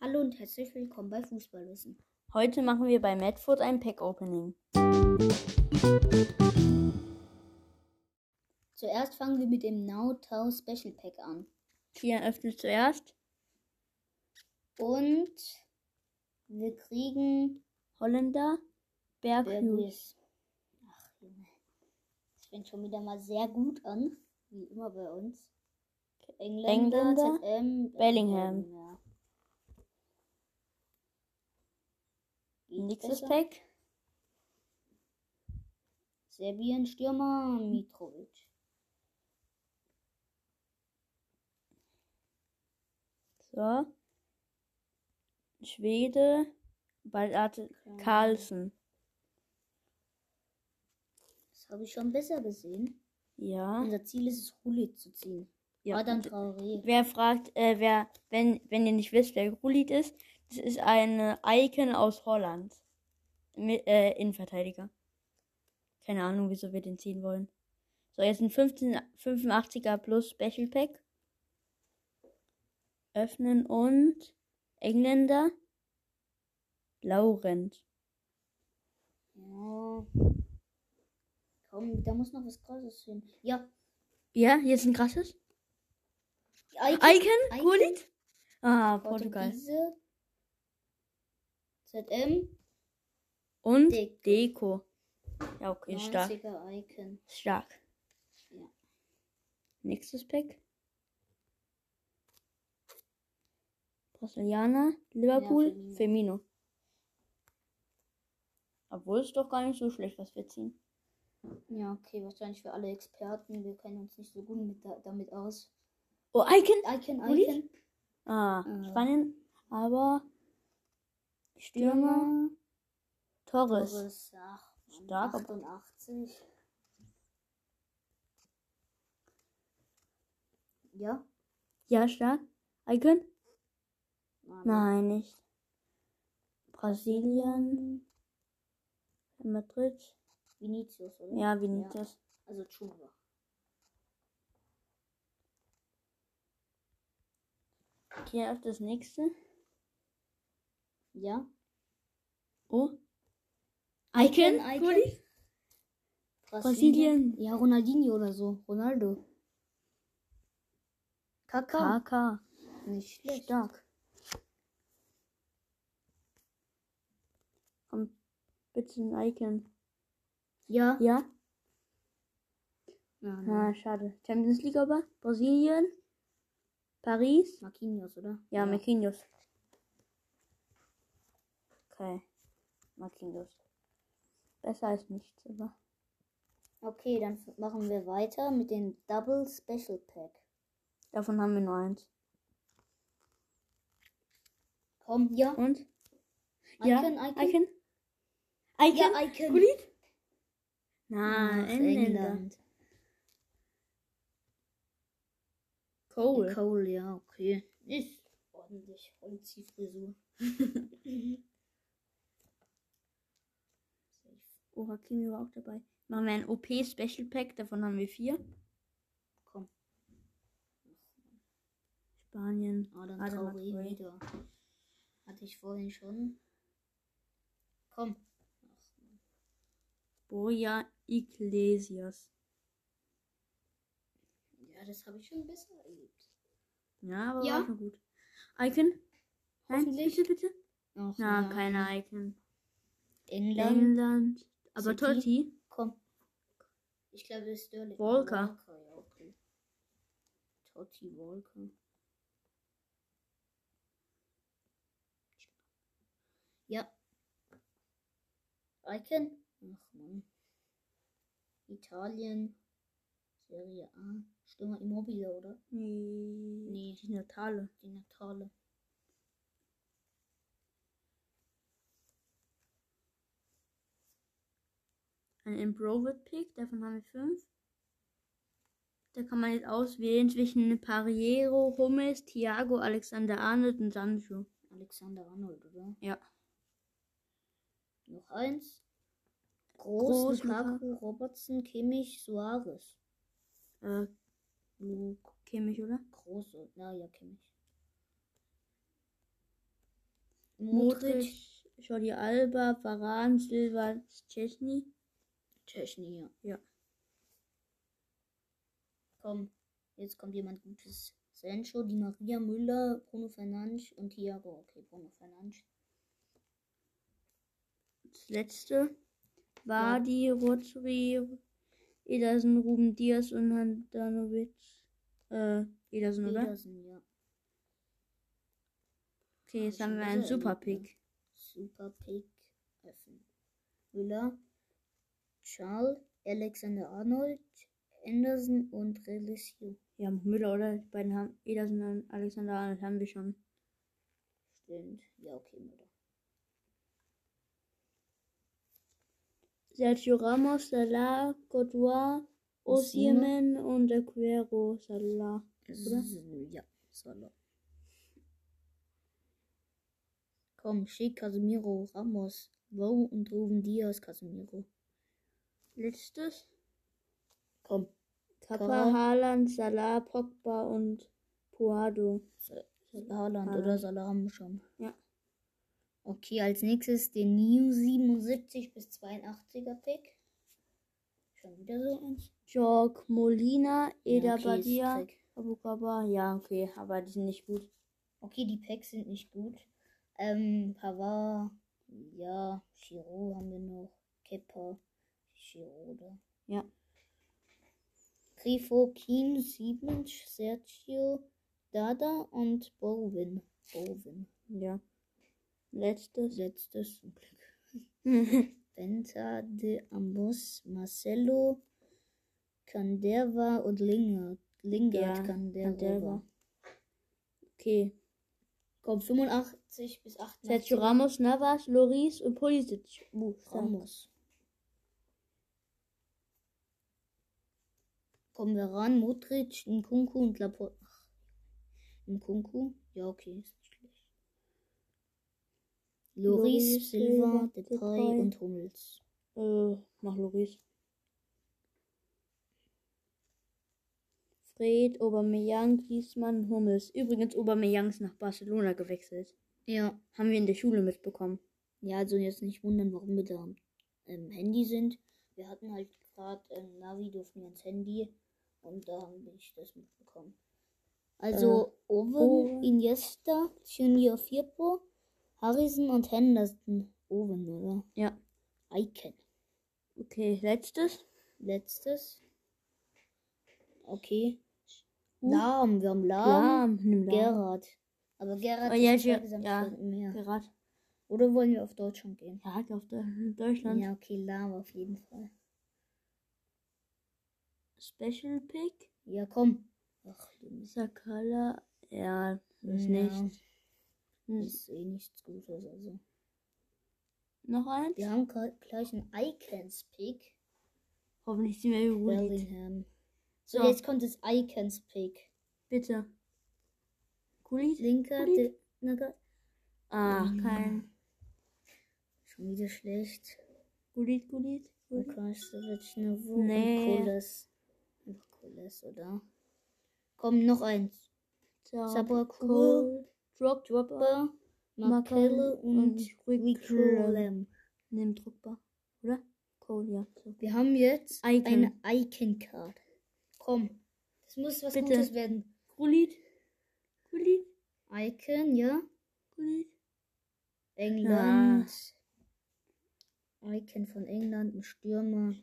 Hallo und herzlich willkommen bei Fußballwissen. Heute machen wir bei Medford ein Pack-Opening. Zuerst fangen wir mit dem Now Tau Special Pack an. Kian öffnet zuerst. Und wir kriegen Holländer. Bergwies. Berghughes. Ach Junge. Das fängt schon wieder mal sehr gut an. Wie immer bei uns. Engländer, Engländer, ZM, Bellingham. Ja. Geht's Nächstes besser? Pack. Serbien Stürmer Mitrovic. So. Schwede. Ballart Carlsen. Das habe ich schon besser gesehen. Ja. Unser Ziel ist es, Rulli zu ziehen. Ja. ja. Adam Traoré. Wer fragt, äh, wer, wenn, wenn ihr nicht wisst, wer Gullit ist, das ist eine Icon aus Holland. Mit, äh, Innenverteidiger. Keine Ahnung, wieso wir den ziehen wollen. So, jetzt ein 15, 85er plus Special Pack. Öffnen und Engländer. Laurent. Ja. Komm, da muss noch was Krasses hin. Ja, Ja, jetzt ein krasses. die Icon, Icon? Gullit? Ah, Portugal. Portugiese. ZM. Und Deko. Deko. Ja, okay, stark. 90er Icon. Stark. Ja. Nächstes Pack. Brasilianer, Liverpool, Firmino. Firmino. Obwohl es doch gar nicht so schlecht, was wir ziehen. Ja, okay, wahrscheinlich für alle Experten. Wir kennen uns nicht so gut mit, da- damit aus. Oh, Icon. Icon, Gullit? Icon. Ah, Ah. Spanien, aber Stürmer, Torres. Torres. Ach, Mann, Stark, aber- 88. Ja? Ja, stark. Icon? Nein. Nein, nicht. Brasilien, Madrid. Vinicius, oder? Ja, Vinicius. Also Chuba. Hier auf das nächste. Ja? Oh. Icon? Gullit? Brasilien. Ja, Ronaldinho oder so. Ronaldo. Kaka. KK. Nicht schlecht. Stark. Komm, bitte ein Icon. Ja. ne. Ja? Nein, nein. Na, schade. Champions League aber? Brasilien? Paris? Marquinhos, oder? Ja, Marquinhos. Okay. Marquinhos. Besser als nichts, aber. Okay, dann f- machen wir weiter mit dem Double Special Pack. Davon haben wir nur eins. Komm, ja. Und? Ja, Icon, Icon. Icon? Icon? Ja, Icon. Gullit? Ach, Nein, Ah, Engländer. England. Cole. Cole, ja, okay. Ist ordentlich. Und Ziehfrisur. Oh, Hakimi war auch dabei. Machen wir ein OP Special Pack, davon haben wir vier. Komm. Spanien. Ah, dann Adam Traoré Traoré. wieder. Hatte ich vorhin schon. Komm. Boja Iglesias. Ja, das habe ich schon besser erlebt. Ja, aber Ja. war schon gut. Icon? Nein, Hoffentlich. bitte, bitte. Ach, Na, ja. keine Icon. England. England. Aber City. Totti? Komm. Ich glaube, das ist Sterling. Walker. ja, okay. Totti Walker. Ja. Icon. Ach man. Italien. Serie A. Stürmer Immobile, oder? Nee. Nee. Die Natale. Die Natale. Ein Improved Pick, davon haben wir fünf. Da kann man jetzt auswählen zwischen Pariero, Hummels, Thiago, Alexander Arnold und Sancho. Alexander Arnold, oder? Ja. Noch eins. Groß, Groß, Lukaku, Robertson, Kimmich, Suarez. Äh, Luke. äh, Kimmich, oder? Groß und, naja, Kimmich. Modric, Modric, Jordi Alba, Varane, Silva, Szczesny. Chesney, ja. Ja. Komm, jetzt kommt jemand Gutes. Sancho, Di Maria, Müller, Bruno Fernandes und Thiago. Okay, Bruno Fernandes. Das letzte. Vardy, Rodri, Ederson, Ruben Diaz und Handanovic. Äh, Ederson, oder? Petersen, ja. Okay, jetzt haben wir einen super Pick. Super Pick öffnen. Müller, Charles, Alexander Arnold, Anderson und Relisio. Ja, Müller, oder? Die beiden haben Ederson und Alexander Arnold haben wir schon. Stimmt. Ja, okay, Müller. Sergio Ramos, Salah, Courtois, Osimhen und Aguero, Salah. Oder? S- Ja, Salah. Komm, schick Casemiro, Ramos, Wow und Ruben Diaz, Casemiro. Letztes. Komm, Kappa, Kappa. Haaland, Salah, Pogba und Puado. Sa- Haaland oder Haaland. Salah haben wir schon. Ja. Okay, als nächstes den New 77 bis 82er Pick. Schon wieder so eins. Jorg Molina, Eda Ja, okay, ist Badia, Dreck. Abukaba. Ja, okay, aber die sind nicht gut. Okay, die Packs sind nicht gut. Ähm, Pavard, ja, Chiro haben wir noch. Kepper, Chiro da. Ja. Grifo, Keen, Siebens, Sergio, Dada und Bowen. Bowen. Ja. Letztes. Letztes zum Glück. Benta de Ambos, Marcelo, Canderva und Lingard. Lingard, Ja, Canderva. Canderva. okay. Komm, 85 bis 88. Sergio Ramos, Navas, Loris und Pulisic. Uh, stark. Ramos. Kommen wir ran, Modric, Nkunku und Laporte. Ach, Nkunku? Ja, okay, ist nicht schlecht. Loris, Lloris, Silva, Silva, Depay, Depay. und Hummels. Äh, mach Loris. Fred, Aubameyang, Griezmann, Hummels. Übrigens, Aubameyang ist nach Barcelona gewechselt. Ja. Haben wir in der Schule mitbekommen. Ja, also jetzt nicht wundern, warum wir da am ähm, Handy sind. Wir hatten halt gerade ähm, Navi durften wir ans Handy und da haben wir nicht das mitbekommen. Also Äh, Owen, Owen. Iniesta, Junior Firpo, Harrison und Henderson. Owen, oder? Ja. Icon. Okay, letztes. Letztes. Okay. Uh. Lahm, wir haben Lahm. Lahm, nimm Lahm. Gerhard. Aber Gerhard Oh, ja, ist Ger- insgesamt ja. mehr. Gerard. Oder wollen wir auf Deutschland gehen? Ja, hat auf Deu- Deutschland. Ja, okay, Lahm auf jeden Fall. Special Pick. Ja, komm. Ach, du Mist. Sakala. Ja, ist Ja, nicht. Hm, Ist eh nichts Gutes. Also. Noch eins? Wir haben gra- gleich einen Icons-Pick. Hoffentlich sind wir gut. Bellingham. So, So, jetzt kommt das Icons-Pick. bitte. Kulit? Linker, Kulit? De- na, ge- Ah, kein. schon wieder schlecht. Kulit, Kulit. Kulit. Lukas, da wird's nur wo- und Nee. Kulis. Einfach Kulis, oder? Komm, noch eins. Sabakul, Cole, Drop, Dropper. Ba, Makelle Makelle und und Rikolem. Nimm Dropper. Oder? Cole, ja. So. Wir haben jetzt Icon. eine Icon-Card. Komm, das muss was Bitte. Gutes werden. Kulit. Kulit. Icon, ja. Kulit. England. Icon von England, ein Stürmer.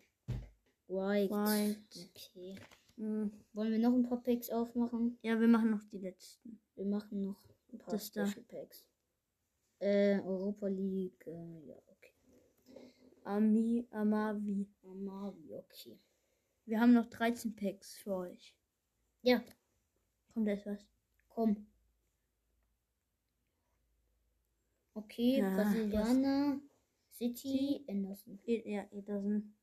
White. White. Okay. Hm. Wollen wir noch ein paar Packs aufmachen? Ja, wir machen noch die letzten. Wir machen noch ein paar Das da. Special Packs. Äh, Europa League. Äh, ja, okay. Ami, Amavi. Amavi, okay. Wir haben noch 13 Packs für euch. Ja, Kommt da ist was? komm. Okay, Ja, Brasilianer, City, Anderson. Ed- Ja, Ederson.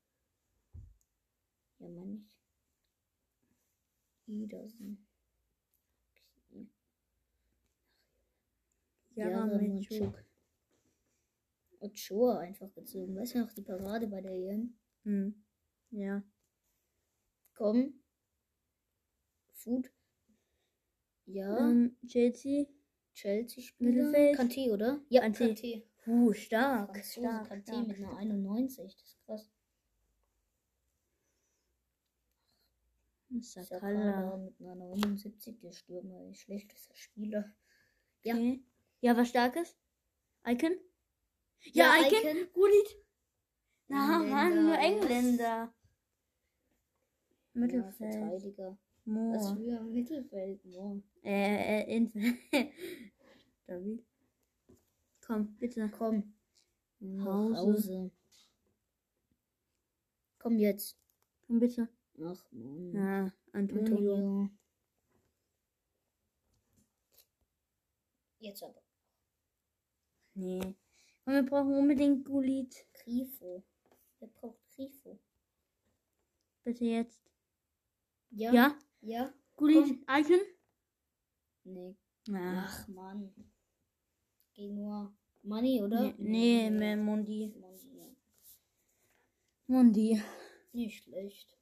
Ja, meine ich. Ederson. Okay. Jaramitschuk. Jaramchuk. Ochoa einfach gezogen. Weißt du noch, die Parade bei der E EM? Hm. Ja. Komm. Food. Ja. Ähm, Chelsea. Chelsea-Spieler. Mittelfeld. Kanté, oder? Ja, Kanté. Kanté. Uh, stark. Franzose stark, Kanté stark. mit einer 91. Das ist krass. Sakala Sakala. mit einer 79. Der Stürmer. Ist schlechtester Spieler. Ja. Okay. Ja, was Starkes? Icon? Ja, Ja, Icon. Icon. Gullit. Na, Engländer, Mann, nur was? Engländer. Ja, Mittelfeld. Verteidiger. Was Moor. für ein Mittelfeld. Moor. Äh, äh, Infeld. David. Komm, bitte. Komm. Nach Hause. Hause. Komm jetzt. Komm, bitte. Ach, Mann. Ja, Antonio. Antonio. Jetzt aber. Nee. Und wir brauchen unbedingt Gullit. Grifo. Wer braucht Grifo? Bitte jetzt. Ja? Ja. Ja? Gullit, Icon? Nee. Na. Ach, Mann. Geh nur. Money, oder? Nee, nee, mehr Mondi. Money, ja. Mondi. Nicht schlecht.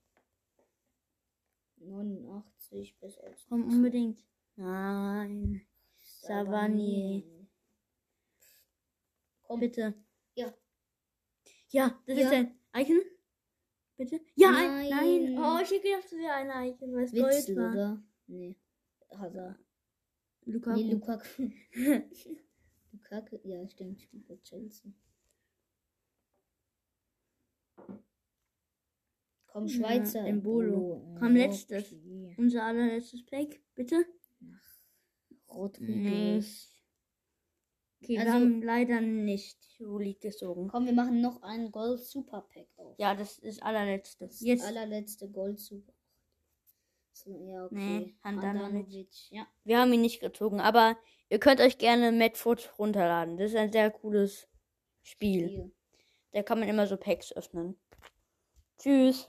89 bis als. Komm unbedingt. Nein. Savani. Komm. Bitte. Ja. Ja, das Ja. ist ein Icon. Bitte? Ja, Nein. nein. nein. Oh, ich hätte gedacht, das wäre ein Icon, weil es Gold Witzel, war. oder? Nee. Hazard. Lukaku. Nee, Lukaku. Lukaku, ja, stimmt, spielt bei Chelsea. Komm, Ja, Schweizer. Embolo. Embolo, Komm, letztes. okay. Unser allerletztes Pack, bitte? Rodriguez. Okay, Also- wir haben leider nicht Juli gezogen. Komm, wir machen noch einen Gold Super Pack auf. Ja, das ist allerletztes. Das Jetzt. allerletzte Gold Super. So, ja, okay. Nee, Handanovic. Handanovic, Ja, Wir haben ihn nicht gezogen, aber ihr könnt euch gerne Medfoot runterladen. Das ist ein sehr cooles Spiel. hier. Da kann man immer so Packs öffnen. Tschüss.